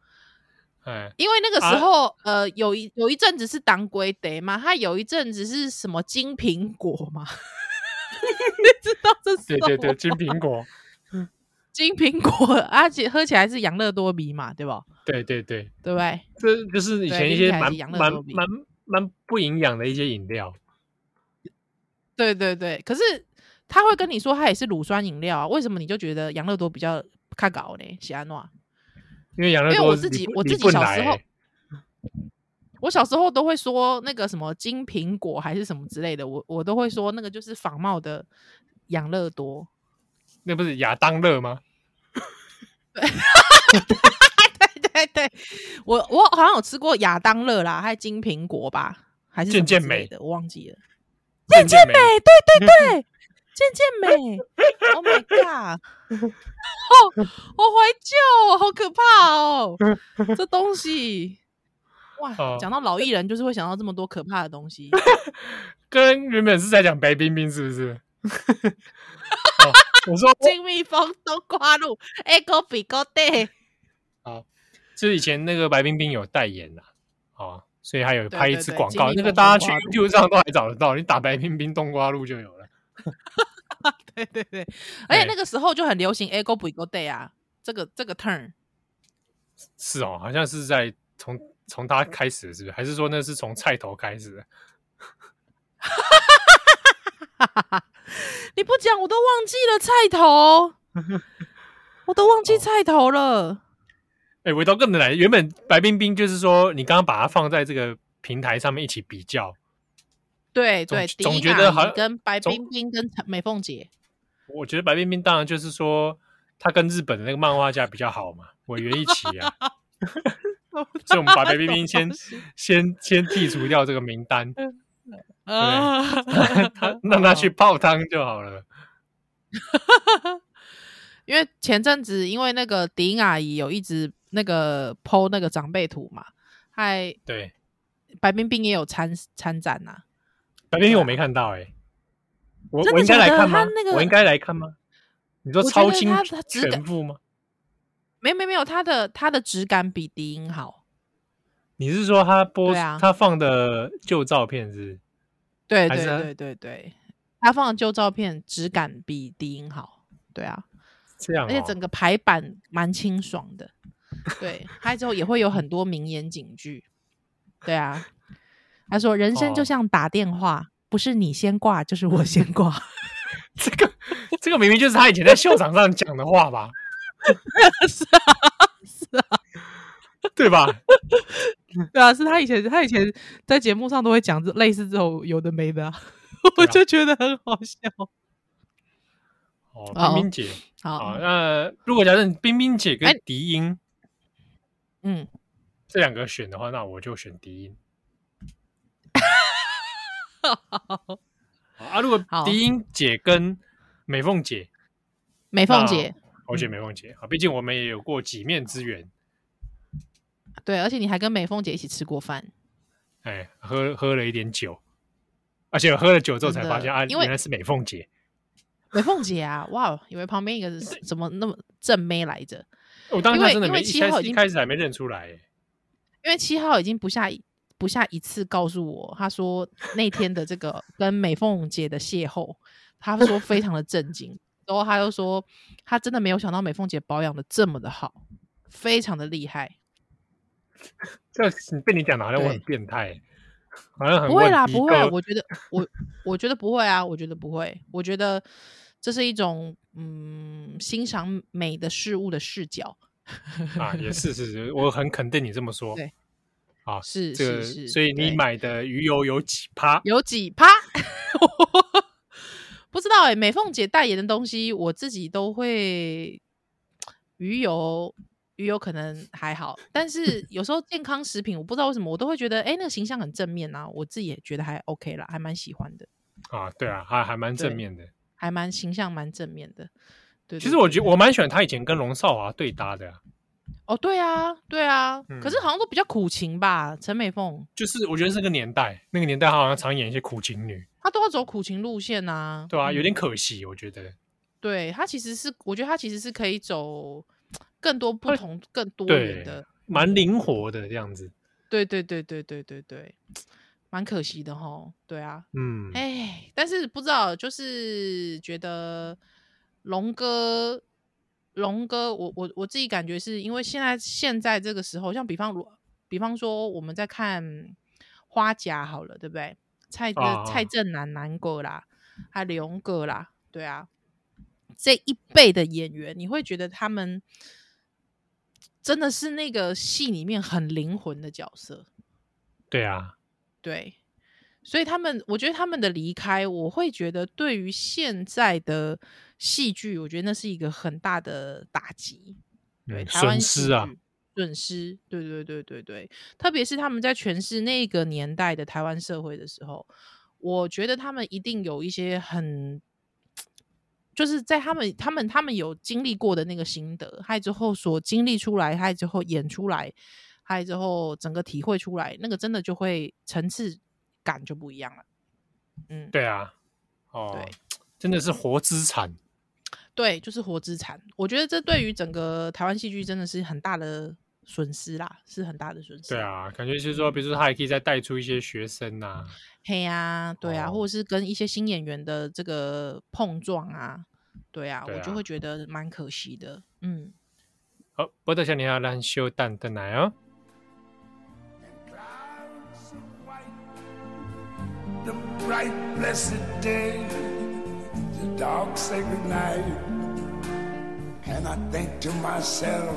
[SPEAKER 2] 哎，
[SPEAKER 3] 因为那个
[SPEAKER 2] 啊
[SPEAKER 3] 时候、呃有一有一阵子是当归得嘛，它有一阵子是什么金苹果嘛。 *laughs* 你知道这是
[SPEAKER 2] 对
[SPEAKER 3] 什
[SPEAKER 2] 对对，
[SPEAKER 3] 么
[SPEAKER 2] 金苹果，
[SPEAKER 3] 金苹果，而且喝起来是养乐多比嘛，对吧？
[SPEAKER 2] 对对对，
[SPEAKER 3] 对不对？
[SPEAKER 2] 这就是以前
[SPEAKER 3] 对
[SPEAKER 2] 一些
[SPEAKER 3] 听起来
[SPEAKER 2] 蛮
[SPEAKER 3] 是养乐
[SPEAKER 2] 蛮
[SPEAKER 3] 多比
[SPEAKER 2] 蛮蛮不营养的一些饮料。
[SPEAKER 3] 对对对，可是他会跟你说他也是乳酸饮料啊，为什么你就觉得养乐多比较看搞呢？喜安诺，
[SPEAKER 2] 因为养乐
[SPEAKER 3] 因为
[SPEAKER 2] 多
[SPEAKER 3] 我
[SPEAKER 2] 是
[SPEAKER 3] 自
[SPEAKER 2] 你
[SPEAKER 3] 己
[SPEAKER 2] 不
[SPEAKER 3] 我
[SPEAKER 2] 你
[SPEAKER 3] 自己
[SPEAKER 2] 不
[SPEAKER 3] 小
[SPEAKER 2] 来
[SPEAKER 3] 时候
[SPEAKER 2] 欸
[SPEAKER 3] 我小时候都会说那个什么金苹果还是什么之类的，我我都会说那个就是仿冒的养乐多。 *laughs*
[SPEAKER 2] 那不是亚当乐吗？
[SPEAKER 3] 对对对，我我好像有吃过亚当乐啦，还有金苹果吧，还是什么
[SPEAKER 2] 健
[SPEAKER 3] 之
[SPEAKER 2] 健美
[SPEAKER 3] 类的，我忘记了。
[SPEAKER 2] 健健美，
[SPEAKER 3] 哎，对对对，健健美，Oh my god！哦，好怀旧哦，好可怕哦，这东西。
[SPEAKER 2] 哦
[SPEAKER 3] 哇，讲到老 *laughs* 艺人，就是会想到这么多可怕的东西。
[SPEAKER 2] 跟原本是在讲白冰冰是不是？哦我
[SPEAKER 3] *laughs*
[SPEAKER 2] 说
[SPEAKER 3] 金蜜蜂都刮入，哎，狗比狗对，
[SPEAKER 2] 就是以前那个白冰冰有代言呐、啊，哦，所以还有拍一次
[SPEAKER 3] 对对对
[SPEAKER 2] 广告，
[SPEAKER 3] 经历
[SPEAKER 2] 那个
[SPEAKER 3] 风
[SPEAKER 2] 大家去
[SPEAKER 3] 冬瓜露
[SPEAKER 2] YouTube 上都还找得到，你打白冰冰冬瓜露就有了。
[SPEAKER 3] *laughs* 对对对，而
[SPEAKER 2] 对
[SPEAKER 3] 且那个时候就很流行哎，狗比狗对啊，这个这个 turn，
[SPEAKER 2] 是哦，好像是在从从他开始的，是不是？还是说那是从菜头开始的？
[SPEAKER 3] 你不讲我都忘记了菜头，我都
[SPEAKER 2] 哦
[SPEAKER 3] 忘记菜头了，
[SPEAKER 2] 哎，回到更难，原本白冰冰就是说，你刚刚把它放在这个平台上面一起比较，
[SPEAKER 3] 对
[SPEAKER 2] 总
[SPEAKER 3] 对，
[SPEAKER 2] 总
[SPEAKER 3] 迪
[SPEAKER 2] 觉得
[SPEAKER 3] 卡
[SPEAKER 2] 好
[SPEAKER 3] 尼
[SPEAKER 2] 像
[SPEAKER 3] 跟白
[SPEAKER 2] 总
[SPEAKER 3] 冰冰跟陈美凤姐，
[SPEAKER 2] 我觉得白冰冰当然就是说，她跟日本的那个漫画家比较好嘛，委员一起
[SPEAKER 3] *laughs*
[SPEAKER 2] 啊，所以我们把白冰冰先先先剔除掉这个名单，
[SPEAKER 3] 嗯啊，
[SPEAKER 2] 她让她去泡汤就好了。
[SPEAKER 3] 因为前阵子因为那个迪英阿姨有一直那个 PO 那个长辈图嘛，还
[SPEAKER 2] 对，
[SPEAKER 3] 白冰冰也有参参展呐、
[SPEAKER 2] 白冰冰我没看到哎、我
[SPEAKER 3] 真的
[SPEAKER 2] 我应该来看
[SPEAKER 3] 假
[SPEAKER 2] 吗
[SPEAKER 3] 的他那个？
[SPEAKER 2] 我应该来看吗？你说
[SPEAKER 3] 我觉
[SPEAKER 2] 超
[SPEAKER 3] 得
[SPEAKER 2] 清
[SPEAKER 3] 他他质
[SPEAKER 2] 全
[SPEAKER 3] 感
[SPEAKER 2] 部吗？
[SPEAKER 3] 没没没有，她的她的质感比迪英好，
[SPEAKER 2] 你是说他播、
[SPEAKER 3] 对啊
[SPEAKER 2] 他放的旧照片是
[SPEAKER 3] 对
[SPEAKER 2] 还
[SPEAKER 3] 对
[SPEAKER 2] 是她
[SPEAKER 3] 对对对，她放的旧照片质感比迪英好，对啊，
[SPEAKER 2] 这样、哦？
[SPEAKER 3] 而且整个排版蛮清爽的，对，还之后也会有很多名言警句，对啊，他说人生就
[SPEAKER 2] 哦
[SPEAKER 3] 像打电话，不是你先挂就是我先挂。
[SPEAKER 2] 这个 *laughs* 这个明明就是他以前在秀场上讲的话吧？
[SPEAKER 3] *laughs* 是啊，
[SPEAKER 2] 对吧？
[SPEAKER 3] 对啊，是他以前他以前在节目上都会讲这类似这种有的没的、啊，
[SPEAKER 2] 对啊
[SPEAKER 3] 我就觉得很好笑。
[SPEAKER 2] 哦，
[SPEAKER 3] 哦
[SPEAKER 2] 冰冰姐，
[SPEAKER 3] 好，
[SPEAKER 2] 好，那如果假设冰冰姐
[SPEAKER 3] 哎
[SPEAKER 2] 跟迪英
[SPEAKER 3] 嗯，
[SPEAKER 2] 这两个选的话，那我就选迪
[SPEAKER 3] *laughs*
[SPEAKER 2] 英。好啊，如果
[SPEAKER 3] 好
[SPEAKER 2] 迪英姐跟美凤姐，
[SPEAKER 3] 美凤姐，
[SPEAKER 2] 我
[SPEAKER 3] 嗯
[SPEAKER 2] 选美凤姐啊，毕竟我们也有过几面之缘，
[SPEAKER 3] 对，而且你还跟美凤姐一起吃过饭，
[SPEAKER 2] 哎，喝喝了一点酒，而且喝了酒之后才
[SPEAKER 3] 真的
[SPEAKER 2] 发现啊，
[SPEAKER 3] 因为
[SPEAKER 2] 原来是美凤姐。
[SPEAKER 3] 美凤姐啊，哇，以为旁边一个是怎么那么正妹来着？
[SPEAKER 2] 我当时
[SPEAKER 3] 因为
[SPEAKER 2] 真的
[SPEAKER 3] 因
[SPEAKER 2] 没
[SPEAKER 3] 为
[SPEAKER 2] 一
[SPEAKER 3] 七
[SPEAKER 2] 开
[SPEAKER 3] 号
[SPEAKER 2] 始
[SPEAKER 3] 已
[SPEAKER 2] 一
[SPEAKER 3] 经
[SPEAKER 2] 开始还没认出来耶，
[SPEAKER 3] 因为七号已经不下一不下一次告诉我，他说那天的这
[SPEAKER 2] *laughs*
[SPEAKER 3] 个跟美凤姐的邂逅，他说非常的震惊，然后他又说他真的没有想到美凤姐保养的这么的好，非常的厉害。
[SPEAKER 2] *laughs* 这被你讲的好像我很
[SPEAKER 3] 对
[SPEAKER 2] 变态耶，好像很
[SPEAKER 3] 不会
[SPEAKER 2] 问
[SPEAKER 3] 啦，
[SPEAKER 2] 逼
[SPEAKER 3] 不会啊，
[SPEAKER 2] 格
[SPEAKER 3] 我觉得我我觉得不会啊，我觉得不会，我觉得这是一种嗯欣赏美的事物的视角，
[SPEAKER 2] 啊，也是是是，我很肯定你这么说。
[SPEAKER 3] 对
[SPEAKER 2] 啊，
[SPEAKER 3] 是
[SPEAKER 2] 这个，
[SPEAKER 3] 是是，
[SPEAKER 2] 所以你
[SPEAKER 3] 对
[SPEAKER 2] 买的鱼油有几趴？
[SPEAKER 3] 有几趴？ *laughs* 不知道哎、美凤姐代言的东西，我自己都会鱼油，鱼油可能还好，但是有时候健康食品，我不知道为什么，我都会觉得哎、诶那个形象很正面啊，我自己也觉得还 OK 啦，还蛮喜欢的，
[SPEAKER 2] 啊，对啊，还还蛮正
[SPEAKER 3] 对
[SPEAKER 2] 面的。
[SPEAKER 3] 还蛮形象蛮正面的。对
[SPEAKER 2] 其
[SPEAKER 3] 对
[SPEAKER 2] 实我
[SPEAKER 3] 对
[SPEAKER 2] 觉得我蛮喜欢他以前跟龙少华对搭的啊，
[SPEAKER 3] 哦，对啊，对啊，可是
[SPEAKER 2] 嗯
[SPEAKER 3] 好像都比较苦情吧，陈美凤
[SPEAKER 2] 就是我觉得是个年代，那个年代她好像常演一些苦情女，
[SPEAKER 3] 她都要走苦情路线啊，
[SPEAKER 2] 对啊，有
[SPEAKER 3] 嗯
[SPEAKER 2] 点可惜，我觉得。
[SPEAKER 3] 对他其实是，我觉得他其实是可以走更多不
[SPEAKER 2] 会
[SPEAKER 3] 同、更多
[SPEAKER 2] 对
[SPEAKER 3] 元的。
[SPEAKER 2] 蛮灵活的这样子，
[SPEAKER 3] 对对对对对对对，蛮可惜的哈。对啊，
[SPEAKER 2] 嗯，
[SPEAKER 3] 哎，但是不知道，就是觉得龙哥，龙哥，我我我自己感觉是因为现在现在这个时候，像比方如，比方说我们在看花甲好了，对不对？蔡的、呃
[SPEAKER 2] 啊
[SPEAKER 3] 蔡正南南哥啦，还龙哥啦，对啊，这一辈的演员，你会觉得他们真的是那个戏里面很灵魂的角色，
[SPEAKER 2] 对啊，
[SPEAKER 3] 对，所以他们，我觉得他们的离开，我会觉得对于现在的戏剧，我觉得那是一个很大的打击。对，
[SPEAKER 2] 嗯
[SPEAKER 3] 台
[SPEAKER 2] 损
[SPEAKER 3] 湾戏
[SPEAKER 2] 失啊
[SPEAKER 3] 剧，损失，对对对对对，特别是他们在诠释那个年代的台湾社会的时候，我觉得他们一定有一些很。就是在他们、他们、他们有经历过的那个心得，还有之后所经历出来，还有之后演出来，还有之后整个体会出来，那个真的就会层次感就不一样了。嗯，
[SPEAKER 2] 对啊，哦
[SPEAKER 3] 对，
[SPEAKER 2] 真的是活资产。
[SPEAKER 3] 对，就是活资产。我觉得这对于整个台湾戏剧真的是很大的损失啦，是很大的损失。
[SPEAKER 2] 对，啊，感觉就是说，比如
[SPEAKER 3] 嗯
[SPEAKER 2] 说他还可以再带出一些学生呐、啊，
[SPEAKER 3] 嘿呀、对啊，
[SPEAKER 2] 哦
[SPEAKER 3] 或者是跟一些新演员的这个碰撞啊，对啊，
[SPEAKER 2] 对
[SPEAKER 3] 我就
[SPEAKER 2] 啊
[SPEAKER 3] 会觉得蛮可惜的。嗯，
[SPEAKER 2] 好，波特小你要让修蛋蛋来哦。
[SPEAKER 4] And clouds of white, the bright blessed day, the dark sacred night, and I think to myself,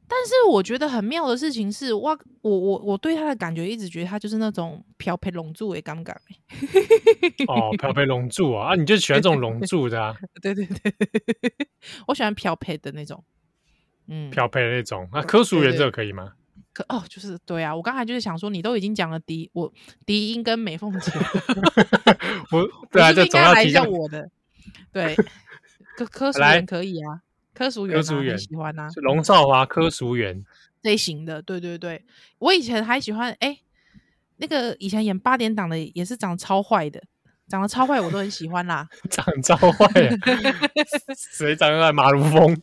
[SPEAKER 3] 但是我觉得很妙的事情是，哇，我我我对他的感觉一直觉得他就是那种漂培龙柱的感觉。 *laughs*
[SPEAKER 2] 哦，漂白龙柱啊，啊，你就喜欢这种龙柱的啊，
[SPEAKER 3] 对对对，我喜欢漂培的那种，嗯，
[SPEAKER 2] 漂白那种啊，科属
[SPEAKER 3] 对
[SPEAKER 2] 原
[SPEAKER 3] 对
[SPEAKER 2] 这个可以吗？
[SPEAKER 3] 可哦，就是对啊，我刚才就是想说，你都已经讲了笛，我笛音跟美凤姐了，
[SPEAKER 2] 我
[SPEAKER 3] 我
[SPEAKER 2] 对
[SPEAKER 3] *laughs*
[SPEAKER 2] 啊，就
[SPEAKER 3] 是不
[SPEAKER 2] 是总
[SPEAKER 3] 应该
[SPEAKER 2] 要
[SPEAKER 3] 来
[SPEAKER 2] 提
[SPEAKER 3] 一下
[SPEAKER 2] 到
[SPEAKER 3] 我的，对，
[SPEAKER 2] *laughs*
[SPEAKER 3] 科科属
[SPEAKER 2] 来
[SPEAKER 3] 员可以啊，科属员、啊、
[SPEAKER 2] 属
[SPEAKER 3] 很
[SPEAKER 2] 员
[SPEAKER 3] 喜欢啊，
[SPEAKER 2] 是龙少华科属原，
[SPEAKER 3] 类型的，对对对，我以前还喜欢哎、那个以前演八点档的也是长得超坏的，长得超坏我都很喜欢啦。
[SPEAKER 2] 长招坏
[SPEAKER 3] *laughs*
[SPEAKER 2] 啊，谁长得来马如风？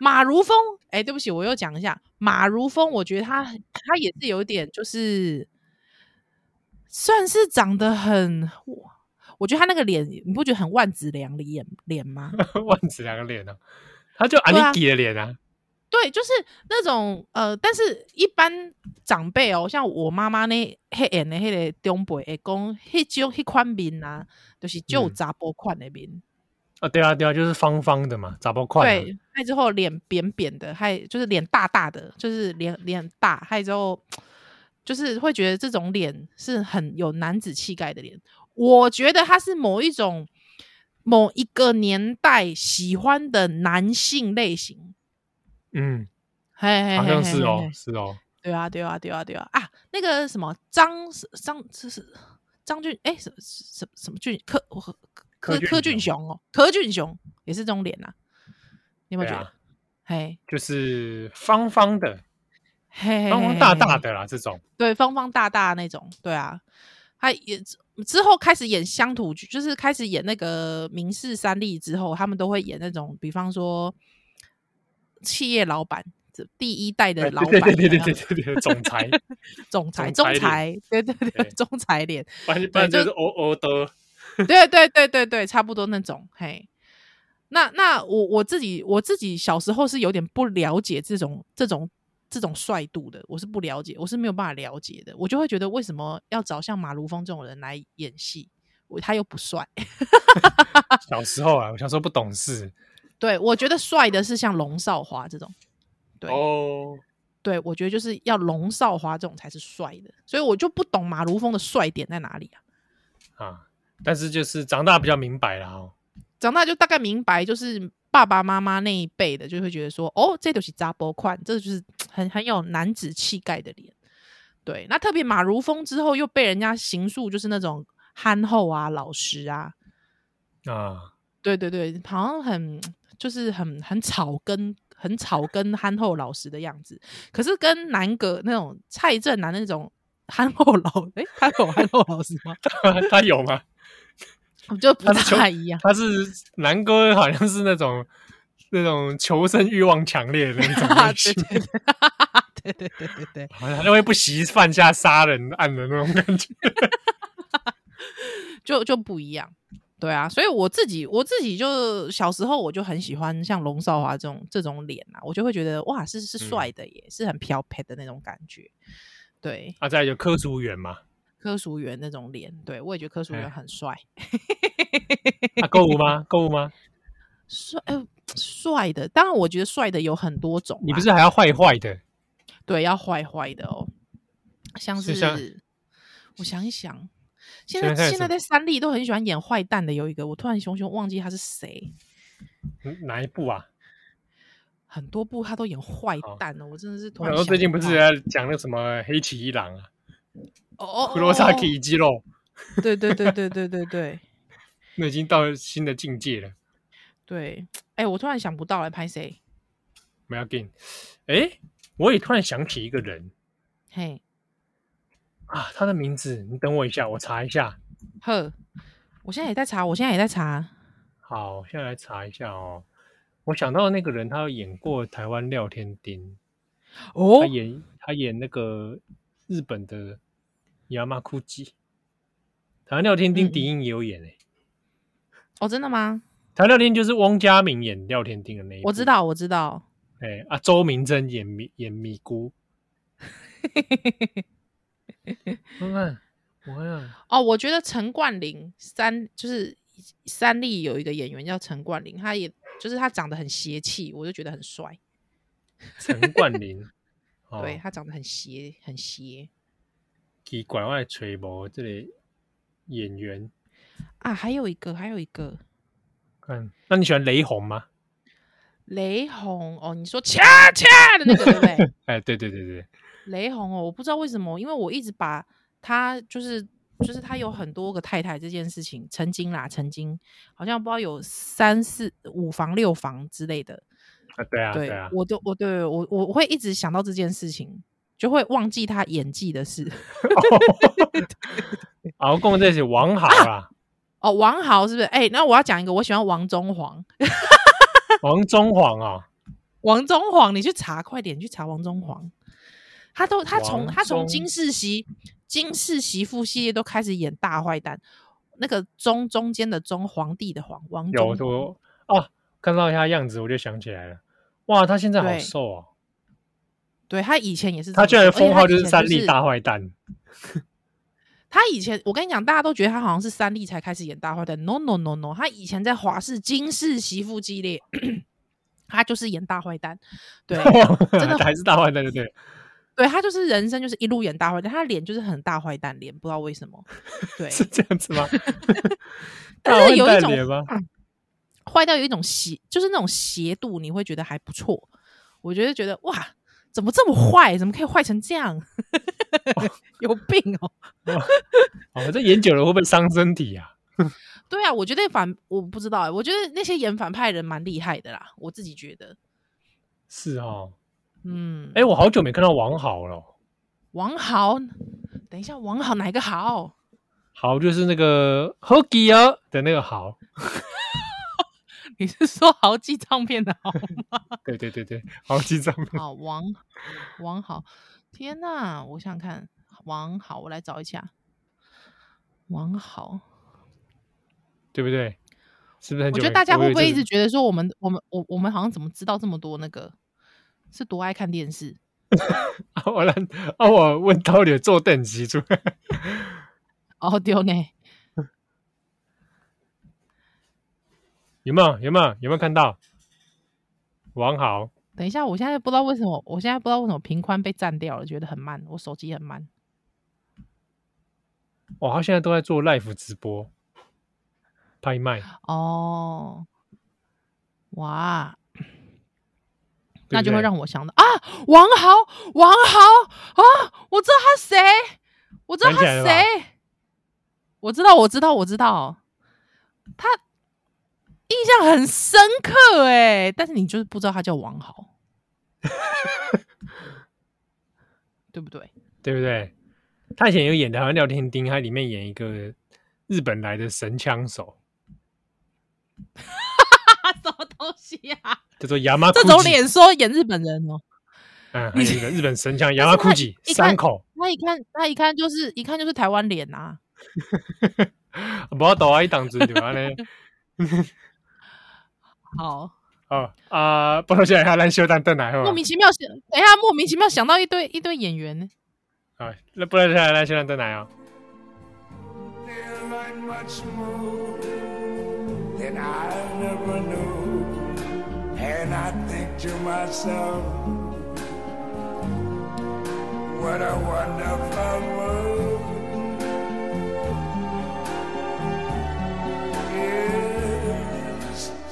[SPEAKER 3] 马如风，哎、对不起，我又讲一下马如风，我觉得他他也是有一点就是，算是长得很，我我觉得他那个脸，你不觉得很万梓良的脸脸吗？
[SPEAKER 2] 万子良的脸啊，他就阿
[SPEAKER 3] 对啊
[SPEAKER 2] 尼基的脸啊，
[SPEAKER 3] 对，就是那种呃，但是一般长辈哦，像我妈妈那黑眼的迄个长辈会讲，迄种迄款面啊，就是旧
[SPEAKER 2] 嗯
[SPEAKER 3] 查甫款的面。
[SPEAKER 2] 啊，对啊，对啊，就是方方的嘛，杂包块啊，
[SPEAKER 3] 对，还之后脸扁扁的，还就是脸大大的，就是脸脸大，还之后就是会觉得这种脸是很有男子气概的脸。我觉得他是某一种某一个年代喜欢的男性类型。
[SPEAKER 2] 嗯，
[SPEAKER 3] 嘿嘿嘿
[SPEAKER 2] 好像
[SPEAKER 3] 嘿
[SPEAKER 2] 是
[SPEAKER 3] 嘿
[SPEAKER 2] 哦
[SPEAKER 3] 嘿，
[SPEAKER 2] 是哦，
[SPEAKER 3] 对啊，对啊，对啊，对啊啊！那个什么张是张这是张俊哎，什什什么俊柯我和柯
[SPEAKER 2] 柯俊
[SPEAKER 3] 柯俊雄哦，柯俊雄也是这种脸呐、啊，你有没
[SPEAKER 2] 对
[SPEAKER 3] 有觉得
[SPEAKER 2] 啊？，
[SPEAKER 3] 嘿，
[SPEAKER 2] 就是方方的，
[SPEAKER 3] 嘿嘿，
[SPEAKER 2] 方
[SPEAKER 3] 嘿
[SPEAKER 2] 方大
[SPEAKER 3] 嘿
[SPEAKER 2] 大
[SPEAKER 3] 嘿
[SPEAKER 2] 的啦，这种，
[SPEAKER 3] 对，方方大大那种，对啊，他也之后开始演乡土剧，就是开始演那个明氏三立之后，他们都会演那种，比方说企业老板，这第一代的
[SPEAKER 2] 哎
[SPEAKER 3] 老板，
[SPEAKER 2] 对对对对
[SPEAKER 3] 有没有
[SPEAKER 2] 对对对，总
[SPEAKER 3] *laughs*
[SPEAKER 2] 裁，
[SPEAKER 3] 总裁，
[SPEAKER 2] 总
[SPEAKER 3] 总
[SPEAKER 2] 裁
[SPEAKER 3] 裁，对对对，
[SPEAKER 2] 对
[SPEAKER 3] 总裁脸，
[SPEAKER 2] 不然不然就
[SPEAKER 3] 对就是
[SPEAKER 2] 欧欧的，
[SPEAKER 3] 对对对对对，差不多那种。嘿，那那我我自己我自己小时候是有点不了解这种这种这种帅度的，我是不了解，我是没有办法了解的。我就会觉得为什么要找像马如风这种人来演戏？我他又不帅， *laughs*
[SPEAKER 2] 小时候啊，我小时候不懂事
[SPEAKER 3] 对我觉得帅的是像龙少华这种，对、
[SPEAKER 2] 哦，
[SPEAKER 3] 对，我觉得就是要龙少华这种才是帅的，所以我就不懂马如风的帅点在哪里啊。
[SPEAKER 2] 啊，但是就是长大比较明白了哦，
[SPEAKER 3] 长大就大概明白，就是爸爸妈妈那一辈的，就会觉得说，哦，这就是扎波款，这就是很很有男子气概的脸。对，那特别马如风之后又被人家形塑，就是那种憨厚啊、老实啊，
[SPEAKER 2] 啊， *laughs*
[SPEAKER 3] 对对对，好像很就是很很草根、很草根、憨厚老实的样子。可是跟南葛那种蔡正南那种憨厚老，诶，他有憨厚老实吗？
[SPEAKER 2] 他有吗？
[SPEAKER 3] 我就不
[SPEAKER 2] 他是
[SPEAKER 3] 太一样。
[SPEAKER 2] 他是南哥，好像是那种那种求生欲望强烈的那种
[SPEAKER 3] *laughs* 对
[SPEAKER 2] 类型，
[SPEAKER 3] 对对对对对对对。
[SPEAKER 2] 好像他会不惜犯下杀人案的那种感觉。 *laughs*
[SPEAKER 3] 就就不一样。对啊，所以我自己我自己就小时候我就很喜欢像龙少华这种这种脸啊，我就会觉得哇，是
[SPEAKER 2] 嗯
[SPEAKER 3] 是帅的耶，是很飘派的那种感觉。对，
[SPEAKER 2] 啊，再来有柯祖远嘛，
[SPEAKER 3] 柯淑媛那种脸，对我也觉得柯淑媛
[SPEAKER 2] 哎
[SPEAKER 3] 很帅，
[SPEAKER 2] 啊，购物 *laughs* 吗？购物吗？
[SPEAKER 3] 帅哎帅的。当然，我觉得帅的有很多种啊、
[SPEAKER 2] 你不是还要坏坏的？
[SPEAKER 3] 对要坏坏的哦，像
[SPEAKER 2] 是
[SPEAKER 3] 是
[SPEAKER 2] 像
[SPEAKER 3] 我想一想，现
[SPEAKER 2] 想想看
[SPEAKER 3] 在
[SPEAKER 2] 有什
[SPEAKER 3] 现在
[SPEAKER 2] 么
[SPEAKER 3] 在三立都很喜欢演坏蛋的，有一个我突然熊熊忘记他是谁，
[SPEAKER 2] 嗯哪一部啊？
[SPEAKER 3] 很多部他都演坏
[SPEAKER 2] 好
[SPEAKER 3] 蛋了，我真的是突
[SPEAKER 2] 我
[SPEAKER 3] 然
[SPEAKER 2] 想说
[SPEAKER 3] 想不
[SPEAKER 2] 哦最近不是
[SPEAKER 3] 到
[SPEAKER 2] 在讲那个什么黑崎一郎啊，
[SPEAKER 3] 哦哦
[SPEAKER 2] 库洛萨
[SPEAKER 3] 哦
[SPEAKER 2] 基肌肉，
[SPEAKER 3] 哦对对对对对对对
[SPEAKER 2] 那已经到了新的境界了。
[SPEAKER 3] 对，哎，我突然想不到来拍谁，
[SPEAKER 2] 不要紧，哎，我也突然想起一个人
[SPEAKER 3] 嘿
[SPEAKER 2] 啊，他的名字，你等我一下，我查一下。
[SPEAKER 3] 呵，我现在也在查，我现在也在查，
[SPEAKER 2] 好，现在来查一下哦。我想到那个人，他有演过台湾廖天丁，
[SPEAKER 3] 哦
[SPEAKER 2] 他演他演那个日本的亚麻库基，台湾廖天
[SPEAKER 3] 嗯
[SPEAKER 2] 丁
[SPEAKER 3] 嗯
[SPEAKER 2] 迪英也有演诶、欸
[SPEAKER 3] 哦，真的吗？
[SPEAKER 2] 台湾廖天丁就是汪家明演廖天丁的那一，
[SPEAKER 3] 我知，道我知道，
[SPEAKER 2] 哎、啊，周明珍演米演米
[SPEAKER 3] *laughs*
[SPEAKER 2] 姑，我看我看啊
[SPEAKER 3] 哦，我觉得陈冠霖三就是三立有一个演员叫陈冠霖，他也就是他长得很邪气，我就觉得很帅，
[SPEAKER 2] 陈冠霖，
[SPEAKER 3] *laughs*
[SPEAKER 2] 哦
[SPEAKER 3] 对他长得很邪很邪
[SPEAKER 2] 奇怪，我来揣无这个演员，
[SPEAKER 3] 啊，还有一个还有一个
[SPEAKER 2] 看，那你喜欢雷洪吗？
[SPEAKER 3] 雷洪哦，你说恰恰的那个对不对？
[SPEAKER 2] 哎，对对对对，
[SPEAKER 3] 雷洪哦，我不知道为什么，因为我一直把他就是就是他有很多个太太这件事情，曾经啦，曾经好像不知道有三四五房六房之类的，
[SPEAKER 2] 啊，对啊，
[SPEAKER 3] 对
[SPEAKER 2] 对
[SPEAKER 3] *laughs*
[SPEAKER 2] 啊，
[SPEAKER 3] 我都我对我我我会一直想到这件事情，就会忘记他演技的事。 *laughs*
[SPEAKER 2] 啊，我共这是王啊好
[SPEAKER 3] *laughs*
[SPEAKER 2] 啦，
[SPEAKER 3] 哦，王豪是不是？哎、那我要讲一个，我喜欢王中皇，
[SPEAKER 2] 王中皇啊，
[SPEAKER 3] 王中皇，你去查，快点你去查王中皇。他都他从
[SPEAKER 2] 王
[SPEAKER 3] 他从
[SPEAKER 2] 中
[SPEAKER 3] 金世媳金世媳妇系列都开始演大坏蛋，那个中中间的中皇帝的皇王
[SPEAKER 2] 有
[SPEAKER 3] 中皇
[SPEAKER 2] 多啊，看到他样子我就想起来了，哇，他现在好
[SPEAKER 3] 对
[SPEAKER 2] 瘦哦，
[SPEAKER 3] 对他以前也是这
[SPEAKER 2] 他
[SPEAKER 3] 么
[SPEAKER 2] 居然
[SPEAKER 3] 说
[SPEAKER 2] 的
[SPEAKER 3] 而且
[SPEAKER 2] 封
[SPEAKER 3] 他
[SPEAKER 2] 号
[SPEAKER 3] 以
[SPEAKER 2] 就是
[SPEAKER 3] 前
[SPEAKER 2] 三立大坏蛋，
[SPEAKER 3] 他以前我跟你讲，大家都觉得他好像是三立才开始演大坏蛋，no no no no，他以前在华视金氏媳妇系列，他就是演大坏蛋，
[SPEAKER 2] *laughs*
[SPEAKER 3] 对真的
[SPEAKER 2] 还是大坏蛋，对不对？
[SPEAKER 3] 对，他就是人生就是一路演大坏蛋，他的脸就是很大坏蛋脸，不知道为什么，
[SPEAKER 2] *laughs*
[SPEAKER 3] 对，
[SPEAKER 2] 是这样子吗？ *laughs* 大
[SPEAKER 3] *laughs* 但
[SPEAKER 2] 坏
[SPEAKER 3] 是有一
[SPEAKER 2] 蛋
[SPEAKER 3] 种啊
[SPEAKER 2] 脸吗？
[SPEAKER 3] 坏到有一种邪，就是那种邪度，你会觉得还不错。我觉得觉得哇，怎么这么坏？怎么可以坏成这样？ *laughs* 有病哦！
[SPEAKER 2] 哦，这演久了会不会伤身体啊？
[SPEAKER 3] 对啊，我觉得反我不知道哎、我觉得那些演反派人蛮厉害的啦，我自己觉得。
[SPEAKER 2] 是哦，
[SPEAKER 3] 嗯，
[SPEAKER 2] 哎，我好久没看到王好了，
[SPEAKER 3] 王豪，等一下，王豪哪一个豪？
[SPEAKER 2] 啊好就是那个 h o g i 的那个好，
[SPEAKER 3] 你是说豪记唱片的豪吗？
[SPEAKER 2] 对对对对，好记账。 *laughs*
[SPEAKER 3] 好，王王好，天哪！我想看王好，我来找一下王好。
[SPEAKER 2] 对不对？是不是很
[SPEAKER 3] 我
[SPEAKER 2] 久没？
[SPEAKER 3] 觉得大家会不会一直
[SPEAKER 2] 觉
[SPEAKER 3] 觉得说我们我们我我们好像怎么知道这么多那个？是多爱看电视？
[SPEAKER 2] 得我让啊？我问到底坐等级出来， *laughs*
[SPEAKER 3] 哦丢呢！
[SPEAKER 2] 有没有？有没有？有没有看到？王豪，
[SPEAKER 3] 等一下，我现在不知道为什么，我现在不知道为什么平宽被占掉了，觉得很慢，我手机很慢。
[SPEAKER 2] 哦，他现在都在做 live 直播拍卖，
[SPEAKER 3] 哦，哇，
[SPEAKER 2] 对
[SPEAKER 3] 那
[SPEAKER 2] 不
[SPEAKER 3] 就会
[SPEAKER 2] 对
[SPEAKER 3] 让我想到啊，王豪，王豪啊，我知道他谁，我知道
[SPEAKER 2] 想
[SPEAKER 3] 他
[SPEAKER 2] 起来了吧
[SPEAKER 3] 谁，我知道，我知道，我知道，他印象很深刻哎，但是你就是不知道他叫王 *laughs* 豪，对不 *laughs* 对？
[SPEAKER 2] 对不对？他以前有演的，好像《聊天钉》，他里面演一个日本来的神枪手，
[SPEAKER 3] 啊，什么东西啊？
[SPEAKER 2] 叫做牙马
[SPEAKER 3] 这种，脸说演日本人哦、 *laughs*
[SPEAKER 2] 嗯，还有一个日本神枪牙马库吉
[SPEAKER 3] 一看
[SPEAKER 2] 三口， *laughs*
[SPEAKER 3] 他一看，他一看就是一看就是台湾脸啊！
[SPEAKER 2] 不要倒啊，一档子对吧？呢，
[SPEAKER 3] 好，
[SPEAKER 2] 哦啊，不如现在他来修蛋蛋来好吧
[SPEAKER 3] 莫名其妙想，等一下莫名其妙想到一堆一堆演员，
[SPEAKER 2] 啊，那不然现在来修蛋蛋来哦。
[SPEAKER 4] They'll learn much more than I never knew. And I think to myself, what a wonderful world. Yes,